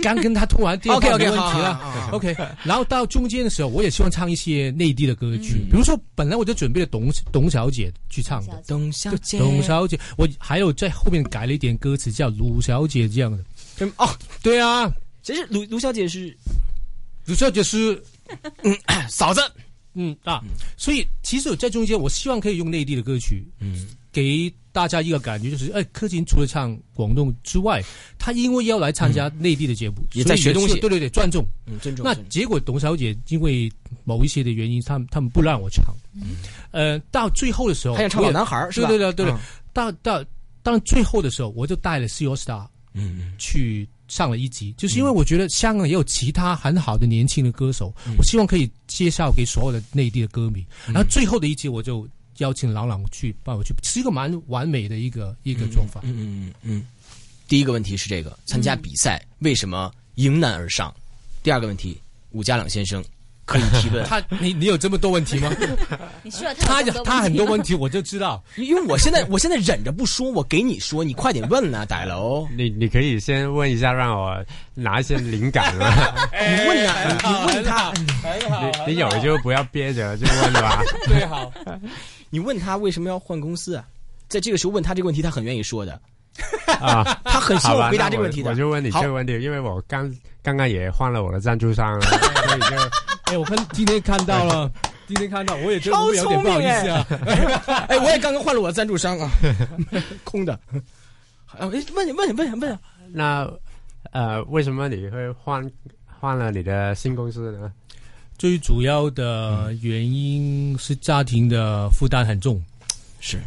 D: 刚跟他通完电话
B: OK，OK，
D: 没问
B: 好
D: 题
B: 好好好
D: 了。OK，然后到中间的时候，我也希望唱一些内地的歌曲，
B: 嗯
D: 比如说本来我就准备了董董小姐去唱的，
B: 董小姐，
D: 董小姐，我还有在后面改了一点歌词叫鲁小姐这样的。
B: 嗯哦，
D: 对啊，
B: 其实卢卢小姐是哎
D: 鲁小姐是
B: 嫂子，
D: 嗯啊，所以其实我在中间，我希望可以用内地的歌曲，嗯，给大家一个感觉就是，哎，柯勤除了唱广东之外，他因为要来参加内地的节目，
B: 嗯也
D: 所
B: 在
D: 以
B: 学
D: 是
B: 东西
D: 对对对，专重。
B: 嗯，尊重。
D: 那
B: 尊重
D: 结果董小姐因为某一些的原因，他们他们不让我唱。
B: 嗯
D: 呃，到最后的时候，
B: 还想唱
D: 我
B: 老
D: 也
B: 男孩儿是
D: 对
B: 吧？
D: 对对对对，到到当最后的时候，我就带了 C O Star，嗯，去上了一集，就是
B: 嗯
D: 因为我觉得香港也有其他很好的年轻的歌手，我希望可以介绍给所有的内地的歌迷。
B: 嗯
D: 然后最后的一集，我就邀请朗朗去帮我去，是一个蛮完美的一个一个做法。
B: 嗯嗯嗯。第一个问题是嗯这个，参加比赛、为什么迎难而上？第二个问题，武家朗先生可以提 *laughs* 问。
D: 他，你你有这么多问题
B: *laughs*
D: 吗？
C: 你需要他
D: 他
C: 有这么
D: 他很
C: 多
D: 多
C: 问
D: 问
C: 题
D: 题，我就知道。
B: 因为我现 *laughs* 在我现在忍着不说，我给你说，你快点问呐、啊，歹楼，
E: 你你可以先问一下，让我拿一些灵
D: *laughs*
E: 感啊。
B: 你问呐、你问他， *laughs*
E: 你你有就不要憋着，就问吧。
D: 对好，
B: 你问他为什么要换公司啊？在这个时候问他这个问题，他很愿意说的，
E: 啊，
B: 他 *laughs* 很希
E: 好吧，
B: 望回答
E: 那
B: 这个问题的。
E: 我。我就问你
B: 好
E: 这个问题，因为我刚刚刚也换了我的赞助商啊
B: *laughs*
E: 了，所以就
D: 哎，我看今天看到了，今天看到，我也觉得我有点不好意思啊。
B: *laughs* 哎，我也刚刚换了我的赞助商
D: *laughs*
B: 啊，空的。啊，哎问你问你问你问你，
E: 那呃，为什么你会换换了你的新公司呢？
D: 最主要的原因是家庭的负担很重。
B: 是，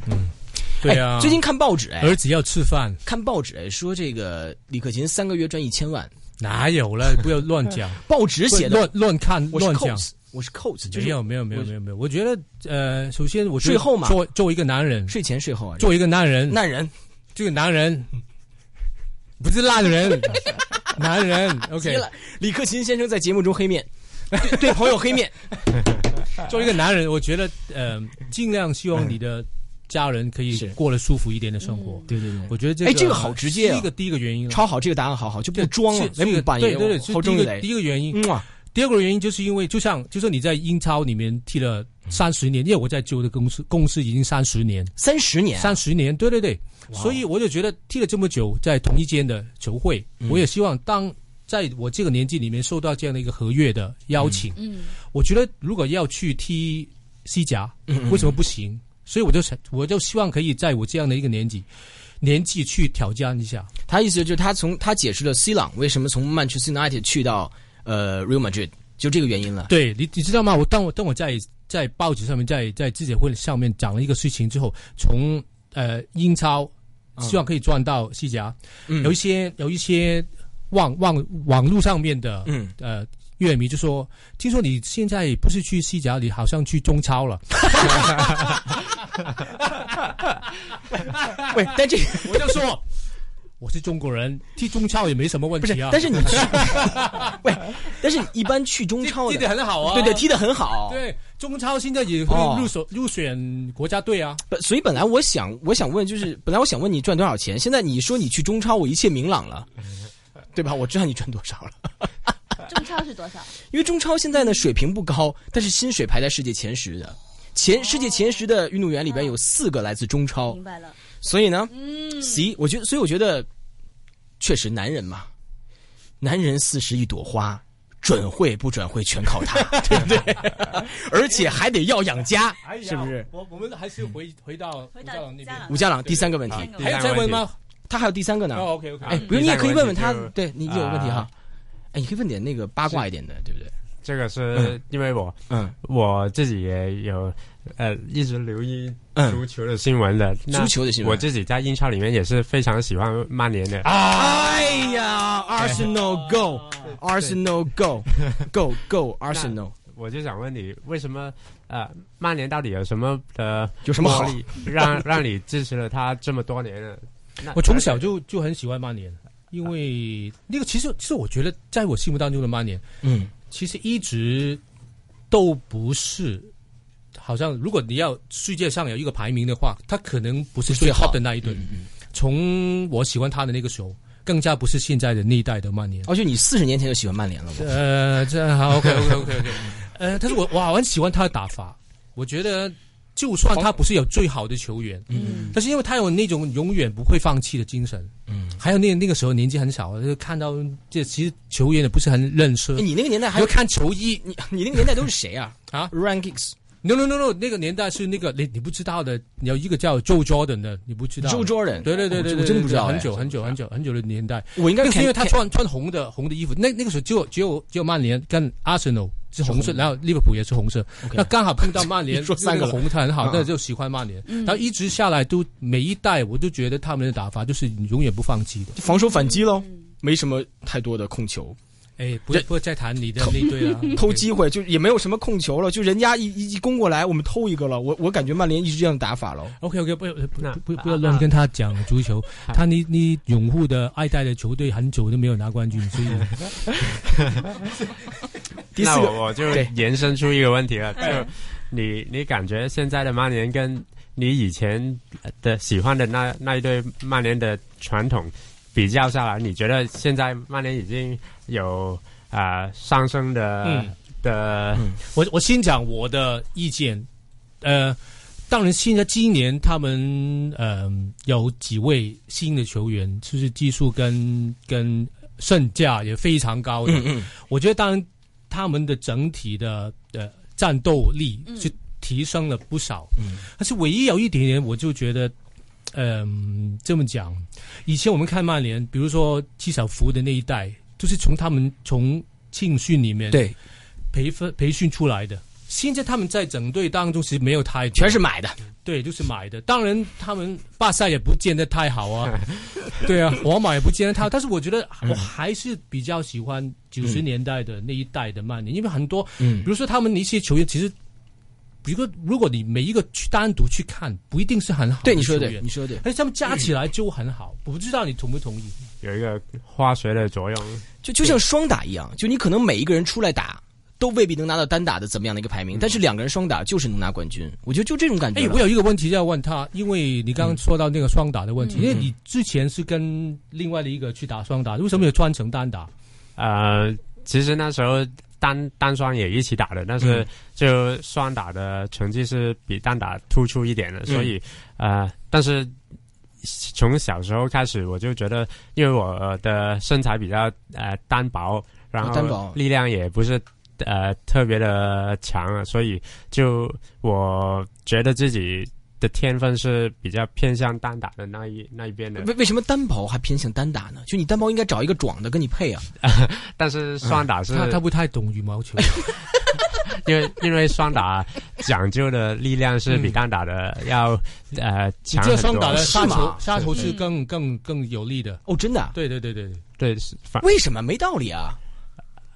D: 对啊，
B: 哎最近看报纸，哎，
D: 儿子要吃饭，
B: 看报纸，哎，说这个李克勤三个月赚一千万，
D: 哪
B: *laughs*
D: 有了？不要乱讲，
B: 报纸写的，
D: 乱乱看
B: 我是
D: 乱讲。
B: Coats，我是 Coats，就
D: 没
B: 是
D: 有没有没有
B: 我
D: 没有没有，我觉得呃，首先我觉得
B: 税后嘛
D: 作作为一个男人，
B: 睡前睡后啊，
D: 作为一个男人，
B: 男人
D: 这个男人不是烂
B: *laughs*
D: 人，男人 OK，
B: 接了。李克勤先生在节目中黑面， *laughs* 对对朋友黑
D: *laughs*
B: 面，
D: 作为一个男人，我觉得呃，尽量希望你的家人可以
B: 是
D: 过得舒服一点的生活。
B: 对对对。
D: 我觉得这
B: 哎这个好直接啊
D: 是一个第一个原因了，
B: 超好，这个答案好好，就不装了
D: 是，
B: 哎
D: 是一个
B: 不扮
D: 对
B: 演，
D: 对对，
B: 好
D: 是第
B: 中
D: 一
B: 意
D: 个
B: 雷，
D: 第一个原因。
B: 嗯啊，
D: 第二个原因就是因为，就像就像你在英超里面踢了三十年，因为我在旧的公司公司已经三十年，
B: 三十年啊，
D: 三十年，对对对，所以我就觉得踢了这么久，在同一间的球会，我也希望当在我这个年纪里面受到这样的一个合约的邀请，
C: *laughs* 嗯，
D: 我觉得如果要去踢西甲，
B: 嗯
D: 为什么不行？所以我就想，我就希望可以在我这样的一个年纪年纪去挑战一下。
B: 他意思就是他从他解释了 C 朗为什么从 Manchester United 去到呃 Real Madrid，就这个原因
D: *laughs*
B: 了。
D: 对你，你知道吗？我当我当我在在报纸上面，在在记者会上面讲了一个事情之后，从呃英超希望可以赚到西甲，
B: 嗯
D: 有一些有一些网网网络上面的
B: 嗯，
D: 呃乐迷就说：“听说你现在不是去西甲，你好像去中超了。
B: 喂，但这”
D: 我就说：“我是中国人，踢中超也没什么问
B: 不是
D: 题啊。”，
B: 但是你
D: *laughs*
B: 去，喂，但是你一般去中超
D: 踢
B: 的
D: 得，很好啊，
B: 对对，踢得很好。
D: 对中超现在也会
B: 哦
D: 入选入选国家队啊。
B: 本，所以本来我想，我想问，就是本来我想问你赚多少钱，现在你说你去中超，我一切明朗
D: *laughs*
B: 了，对吧？我知道你赚多少了，
C: 中超是多少？
B: 因为中超现在呢水平不高，但是薪水排在世界前十的。前世界前十的运动员里边有四个来自中超
C: 明，白了，
B: 所以呢，
C: 嗯，
B: C，我觉得，所以我觉得，确实男人嘛，男人四十一朵花，准会不转会全靠他，对不对？而且还得要养家，是不是？
D: 哎我我们还是嗯回回到
C: 回到家长
B: 吴家朗第三个问题
E: 好，
C: 第
E: 第
D: 还有
E: 三
D: 再
E: 个
D: 问
E: 问题
D: 吗？
B: 他还有第三个呢。
D: 哦，OK OK，
B: 哎，
E: 嗯
B: 不是，你也可以问问他
E: 第三个问，题
B: 对你有问题哈
E: 啊？
B: 哎，你可以问点那个八卦一点的，对不对？
E: 这个是
B: 嗯
E: 因为我
B: 嗯
E: 我自己也有呃一直留意足
B: 嗯，
E: 球的新闻的。那
B: 足球的新闻
E: 我自己在英超里面也是非常喜欢曼联的。
B: 哎呀，Arsenal go，Arsenal go，go go Arsenal，
E: 我就想问你，为什么呃曼联到底有什么呃的
B: 有什么好
E: 魔？力，哦让 *laughs* 让你支持了他这么多年了？那
D: 我从小就就很喜欢曼联，因为那个其实其实我觉得，在我心目当中的曼联，
B: 嗯
D: 其实一直都不是。好像如果你要世界上有一个排名的话，他可能不是最
B: 最好
D: top 的那一队。从我喜欢他的那个时候，更加不是现在的那一代的曼联。
B: 哦，就你四十年前就喜欢曼联了吗？
D: 呃，这好，OK OK OK OK。呃，但是我我很喜欢他的打法，我觉得就算他不是有最好的球员，
C: 嗯，
D: 但是因为他有那种永远不会放弃的精神，嗯，还有那那个时候年纪很小，就看到这其实球员也不是很认识，
B: 哎
D: 你
B: 你那个年代还
D: 就
B: 有
D: 看球衣
B: 你 *laughs* 你那个年代都是谁 *laughs* 啊
D: 啊
B: ？Rankings。
D: ，no no no no，那个年代是那个你你不知道的，有一个叫 Joe Jordan 的，你不知道
B: Joe Jordan，
D: 对对对对，
B: 我
D: 对
B: 我真不知道哎，
D: 很久很久很久很久的年代，
B: 我应该
D: 那个是因为
B: Ken-
D: 他穿穿红的红的衣服，那那个时候只有只有只有曼联跟 Arsenal 是
B: 是红
D: 红色，
B: 的
D: 然后利物浦也是红色
B: OK
D: 那刚好碰到曼
B: *laughs*
D: 联，
B: 你说三个
D: 那
B: 了
D: 红他很好
B: 嗯，
D: 那就喜欢曼联，
C: 嗯
D: 然后一直下来都每一代我都觉得他们的打法就是永远不放弃的。
B: 防守反击喽
C: 嗯，
B: 没什么太多的控球，
D: 哎，不
B: 这
D: 不再谈你的那一 *laughs* 队了，
B: 偷机会就也没有什么控球了，就人家一一一攻过来，我们偷一个了。我我感觉曼联一直这样打法了。
D: OK OK，不要不
E: 那
D: 不不要乱跟他讲足球，他你你拥
E: *laughs*
D: 护的爱戴的球队很久都没有拿冠军，所以
B: 第四
E: 那
B: 个
E: 我我就
B: 对
E: 延伸出一个问题了，就你你感觉现在的曼联跟你以前的喜欢的那那一对曼联的传统比较下来，你觉得现在曼联已经有啊、上升的、
D: 嗯
E: 的
D: 我我先讲我的意见，呃，当然现在今年他们呃有几位新的球员，就是技术跟跟身价也非常高的，
B: 嗯嗯
D: 我觉得当然他们的整体的呃战斗力
C: 嗯
D: 是提升了不少，
B: 嗯
D: 但是唯一有一点点，我就觉得。嗯、这么讲，以前我们看曼联，比如说纪晓芙的那一代，就是从他们从青训里面
B: 对，
D: 培训培训出来的。现在他们在整队当中其实没有太多
B: 全是买的，
D: 对，就是买的。当然，他们巴萨也不见得太
B: *laughs*
D: 好啊，对啊，皇马也不见得太好。但是我觉得
B: 嗯
D: 我还是比较喜欢九十年代的那一代的曼联，因为很多，比
B: 嗯
D: 如说他们的一些球员，其实，比如说如果你每一个去单独去看，不一定是很好的
B: 对，你说的
D: 球
B: 对，
D: 员
B: 你说的对。
D: 而且他们加起来就很好。我不知道你同不同意？
E: 有一个化学的作用，
B: 就就像双打一样，就你可能每一个人出来打。都未必能拿到单打的怎么样的一个排名，但是两个人双打就是能拿冠军，嗯我觉得就这种感觉
D: 哎，
B: 了。
D: 我有一个问题要问他，因为你刚刚说到那个双打的问题，
C: 嗯
D: 因为你之前是跟另外的一个去打双打，为什么有专程单打？
E: 呃，其实那时候单单双也一起打的，但是就双打的成绩是比单打突出一点的，所以呃，但是从小时候开始，我就觉得，因为我的身材比较呃单薄，然
B: 单薄
E: 后力量也不是。呃，特别的强，啊所以就我觉得自己的天分是比较偏向单打的那一那一边的。
B: 为为什么单薄还偏向单打呢？就你单薄应该找一个壮的跟你配啊。
E: 但是双打是、
D: 他他不太懂羽毛球，
E: 因为因为双打讲究的力量是
B: 嗯
E: 比单打的要、呃
D: 你
E: 强
D: 这
E: 很多。
D: 双打的
B: 是
D: 杀
B: 吗
D: 球杀球是
C: 嗯
D: 更更更有力的。
B: 哦，真的啊？
D: 对对对对对，
E: 对，是反
B: 为什么没道理啊？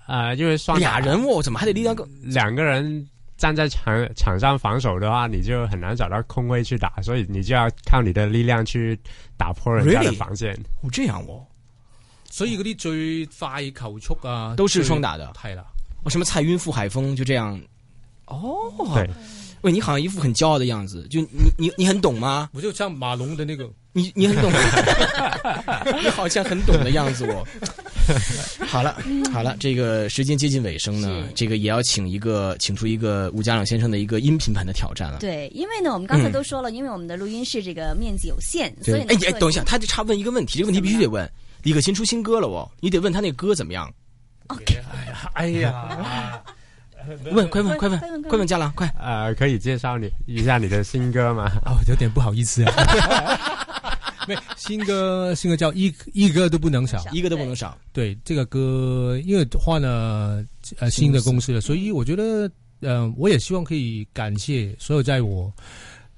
E: 呃，因为双
B: 俩
E: 打
B: 人物怎么还得力量更？
E: 两个人站在场场上防守的话，你就很难找到空位去打，所以你就要靠你的力量去打破人家的
B: Really？
E: 防线。
B: 哦，这样哦，
D: 所以嗰啲最快球速啊，
B: 都是双打的。
D: 系啦。
B: 哦，什么蔡云、傅海峰就这样。哦，
E: 对，
B: 喂，你好像一副很骄傲的样子，就你你你很懂吗？
D: 我就像马龙的那个，
B: 你你很懂，你 *laughs* 好像很懂的样子哦。好了好了，这个时间接近尾声呢
C: 是，
B: 这个也要请一个请出一个吴家朗先生的一个音频版的挑战了。
C: 对，因为呢，我们刚才
B: 嗯
C: 都说了，因为我们的录音室这个面积有限，所
B: 对，
C: 以呢，
B: 哎
C: 如
B: 哎，
C: 果
B: 等一下，他就差问一个问题，这个问题必须得问。李可欣出新歌了哦，你得问他那歌怎么样？
D: 哎呀，
B: 问，快问，快
C: 快
B: 问
C: 问快问，
B: 快问家朗，快！
E: 呃，可以介绍你一下你的新歌吗？
D: 哦，有点不好意思 *laughs* 啊。没新歌，新歌叫一一个都不能少。
B: 一个都不能少。
D: 对这个歌，因为换了呃新的公司了，所以我觉得，呃，我也希望可以感谢所有在我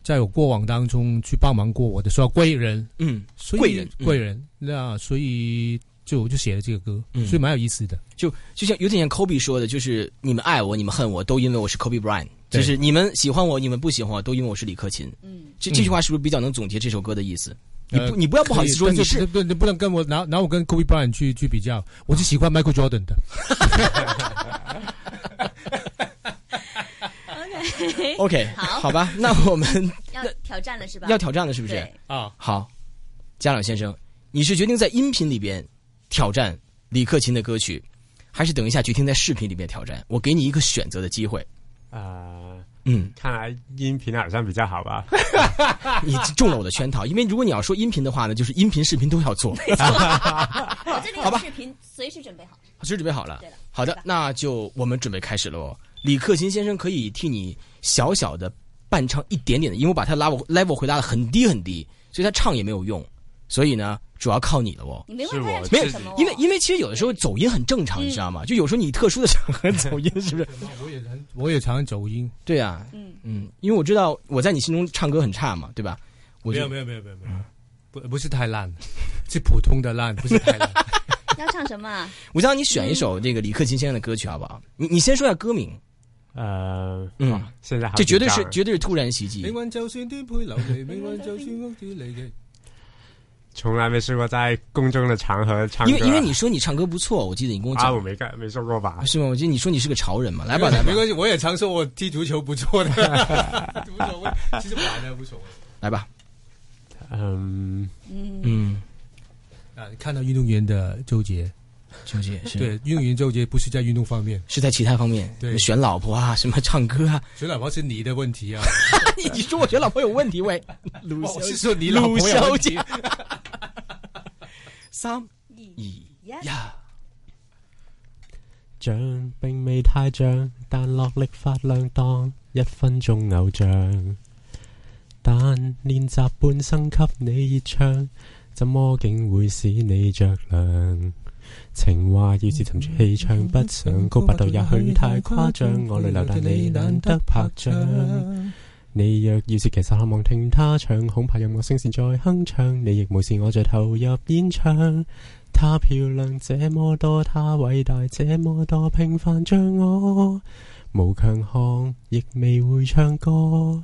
D: 在我过往当中去帮忙过我的所有贵人，
B: 嗯，
D: 所以
B: 贵人嗯
D: 贵人，那所以就我就写了这个歌，
B: 嗯
D: 所以蛮有意思的。
B: 就就像有点像 Kobe 说的，就是你们爱我，你们恨我，都因为我是 Kobe Bryant。
D: 对
B: 就是你们喜欢我，你们不喜欢我，都因为我是李克勤。
C: 嗯，
B: 这
D: 嗯
B: 这句话是不是比较能总结这首歌的意思？你
D: 呃
B: 不，你不要不好意思说
D: 可以
B: 你
D: 但是
B: 是
D: 不不不能跟我拿拿我跟 Kobe Bryant 去去比较，我是喜欢 Michael Jordan 的。
B: *laughs* OK，
C: *laughs* 好
B: 好吧？哦那我们
C: 要挑战了是吧？
B: 要挑战了，是不是
C: 对？ *laughs*
D: 啊，
B: 好，家长先生，你是决定在音频里边挑战李克勤的歌曲，还是等一下决定在视频里面挑战？我给你一个选择的机会。
E: 呃，
B: 嗯，
E: 看来音频好像比较好吧。
B: 你中了我的圈套，因为如果你要说音频的话呢，就是音频、视频都要做。 *laughs*
C: 我这里有视频，随时准备好。
B: 好，其实准备好了
C: 对了。
B: 好的
C: 是吧，
B: 那就我们准备开始了哦。李克勤先生可以替你小小的伴唱一点点的，因为我把他拉我 level 回答的很低很低，所以他唱也没有用。所以呢，主要靠你了哦。
C: 你没问他要
B: 没有
C: 唱什么哦？，
B: 因为因为其实有的时候走音很正常，
C: 嗯
B: 你知道吗？就有时候你特殊的场合走音，是
C: *laughs*
B: 不是？
D: 我也很我也常常走音。
B: 对啊，
C: 嗯，
B: 嗯，因为我知道我在你心中唱歌很差嘛，对吧？我
D: 没
B: 就
D: 有没有没有没有没有，不不是太烂，嗯 *laughs* 是普通的烂，不是太烂。
C: 要唱什么
B: *laughs*
C: 啊？
B: 我想让你选一首这个李克勤先生的歌曲好不好？你你先说一下歌名，
E: 呃，
B: 嗯
D: 啊
E: 哇现在好
B: 这绝对
E: 紧
B: 是
E: 张啊
B: 绝对是突然袭击 *laughs*
D: 命。运就算颠沛流离，命运就算屋主离奇。
E: 从来没试过在公众的场合唱歌
B: 因
E: 啊。
B: 为因为你说你唱歌不错，我记得你跟我
E: 啊，
B: 讲、
E: 我没干没说过吧？
B: 啊是吗？我记得你说你是个潮人嘛，来吧来吧
D: 没关系，我也常说我踢足球不
B: *laughs*
D: 错的，无所谓，其实玩的无所谓
B: 来吧，
E: 嗯，
B: 嗯，
D: 啊。看到运动员的纠结，
B: 纠结是
D: 对运动员纠结不是在运动方面，
B: 是在其他方面，
D: 对
B: 选老婆啊，什么唱歌
D: *laughs*
B: 啊，
D: 选老婆是你的
B: *laughs*
D: 问题啊，
B: 你你说我选老婆有问题
D: *laughs*
B: 喂，卢
D: 我是
B: 小
D: 说 *laughs* 你老
B: 卢
D: 婆有
B: 小
D: 问题
B: 姐，三
C: 呀
B: 二呀，
E: 像並未太像，但落力發亮當一分鐘偶像。但練習半生給你熱唱，怎麼竟會使你着涼？情話要是沉住氣唱不上，高八度也許太誇張，我淚流但你懶得拍掌。你若要是其實渴望聽他唱，恐怕有我聲線在哼唱。你亦無視我在投入演唱。她漂亮這麼多，她偉大這麼多，平凡像我，無強項，亦未會唱歌。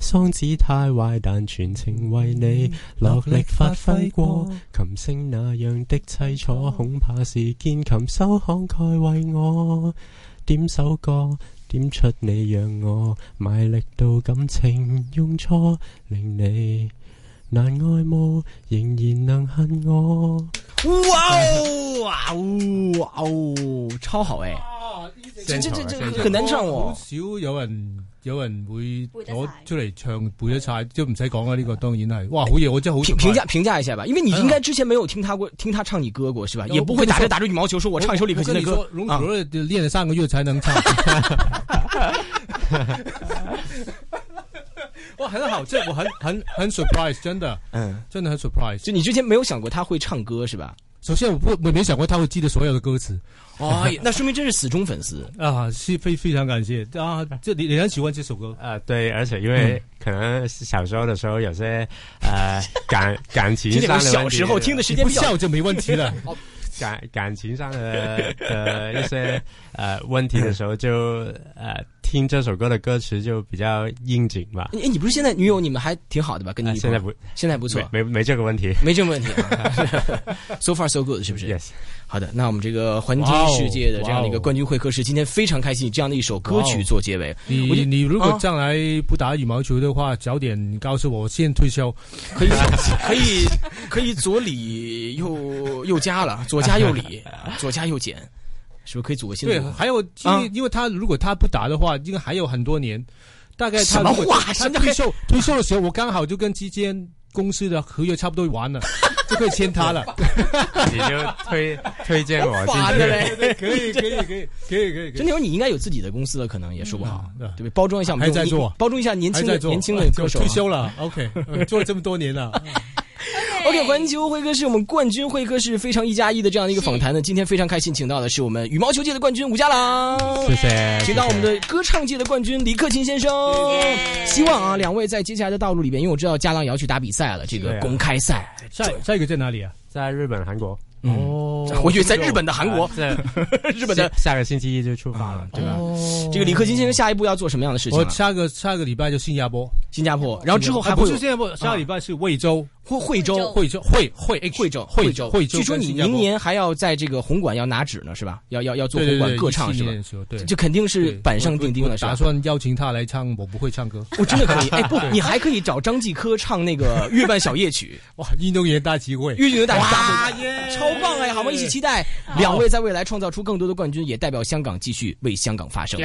E: 嗓子太壞，但全程為你落力發揮過。琴聲那樣的凄楚，恐怕是鍵琴手慷慨為我點首歌。點出你讓我賣力到感情用錯，令你難愛慕，仍然能恨我。
B: 哇哦
D: *laughs*
B: 哇哦哇哦，超好哎，
D: 正
B: 这
D: 常
B: 这
E: 正
B: 这
E: 常
B: 很难唱
D: 好
B: 哦，
D: 少有人有人會
C: 得
D: 攞
C: 晒
D: 出嚟唱背得晒，都唔使講啦。呢個當然係，哇！好嘢，我真係好
B: 评
D: 崇
B: 评
D: 拜
B: 价评价一下吧，因为你应该之前没有听他过听他唱你歌过是吧？
D: 有
B: 也不
D: 嗯呃我
B: 会
D: 跟你
B: 打着
D: 说
B: 打着羽毛球说我唱一首李克勤的歌
D: 我跟你说
B: 啊
D: 龙虎乐队练了三个月才
B: *laughs*
D: 能唱。哇，很好，这我很很很 surprise，真的，
B: 嗯，
D: 真的很 surprise。
B: 就你之前没有想过他会唱歌是吧？
D: 首先，我不我没想过他会记得所有的歌词
B: 哦， *laughs* 那说明真是死忠粉丝。
D: 啊，是非非常感谢啊，这你你很喜欢这首歌，
E: 呃，对，而且因
B: 嗯
E: 为可能小时候的时候有些
B: *laughs*
E: 呃感感情
B: 听这
E: 上
B: 个
E: 的呃
B: 小时候听的时间
D: 不
B: 比较
D: 笑就没问题
B: *laughs*
D: 了。
E: 感感情上的的一些呃问题的时候就，呃听这首歌的歌词就比较应景吧。
B: 哎，你不是现在女友你们还挺好的吧？跟
D: 啊
B: 你女
E: 呃现
B: 朋友
E: 在不
B: 现在不
E: 不
B: 错，
E: 没没没这个问题。
B: 没这么问题啊。so
D: *laughs*
B: far so good，是不是
E: Yes，
B: 好的，那我们这个环听世界的这样的一个冠军会客室，今天非常开心，以这样的一首歌曲做结尾。我
D: 你
B: 就
D: 你如
B: 啊
D: 果将来不打羽毛球的话，早点告诉我，我先退休。
B: 可以可以可以左里右右加
D: *laughs*
B: 了，左加右里，左加右减，是不是可以啊组个新
D: 对，
B: 组合？
D: 还有，因为、因为他如果他不打的话，应该还有很多年。大概他
B: 什么
D: 如果
B: 话
D: 他
B: 什么
D: 退休退休的时候，我刚好就跟之间公司的合约差不多完了，就可以签他了。
E: 你就
B: *laughs*
E: 推推荐我进
B: 哇
E: 去。
B: 对嘞
D: 可以可以可以可以可以
B: 真的有你应该有自己的公司了，可能也说不好，
D: 嗯啊
B: 对不对？包装一下我们
D: 还在
B: 这种
D: 做
B: 包装一下 *laughs* 年
D: 还
B: 轻
D: 在
B: 的
D: 做
B: 年轻的歌
D: *laughs*
B: 手啊、哎
D: 退休了，OK，呃
B: *laughs*
D: 做了这么多年了，
B: OK，环球会客室，我们冠军会客室非常一加一的这样的一个访谈呢，今天非常开心，请到的是我们羽毛球界的冠军武家郎，
E: 谢谢，
B: 请到我们的歌唱界的冠军李克勤先生。希望啊，两位在接下来的道路里边，因为我知道家郎也要去打比赛了，这个
E: 对啊
B: 公开赛，
D: 下下一个在哪里啊？
E: 在日本、韩国。
D: 哦
B: 我觉得在日本的韩国
E: 啊，这
B: *laughs* 日本的
E: 下下个星期一就出发了，对吧？
D: 哦
B: 这个李克勤先生下一步要做什么样的事情
D: 我
B: 啊？
D: 下个下个礼拜就新加坡，
B: 新加坡，然后之后还
D: 啊
B: 会
D: 不
B: 有
D: 是新加坡，下个礼拜是惠州，
B: 惠惠
C: 惠
B: 州
C: 州。
D: 惠州惠惠
B: 惠州，
D: 惠
B: 州，
D: 惠州
B: 据说
D: 跟
B: 你
D: 新加坡
B: 明年还要在这个红馆要拿纸呢，是吧？要要要做
D: 对
B: 红
D: 对
B: 馆
D: 对，
B: 歌唱
D: 17
B: 是吧
D: 年？的时候对，
B: 这肯定是板上钉钉
D: 我
B: 了，
D: 我
B: 是吧
D: 打？算邀请他来唱，我不会唱歌。
B: 我真的可以，哎 *laughs* 不，你还可以找张继科唱那个《月半小夜曲
D: 哇，运动员大集会》，
B: 乐队的大家超棒哎，好吗？一起期待，两位在未来创造出更多的冠军，也代表香港继续为香港发声。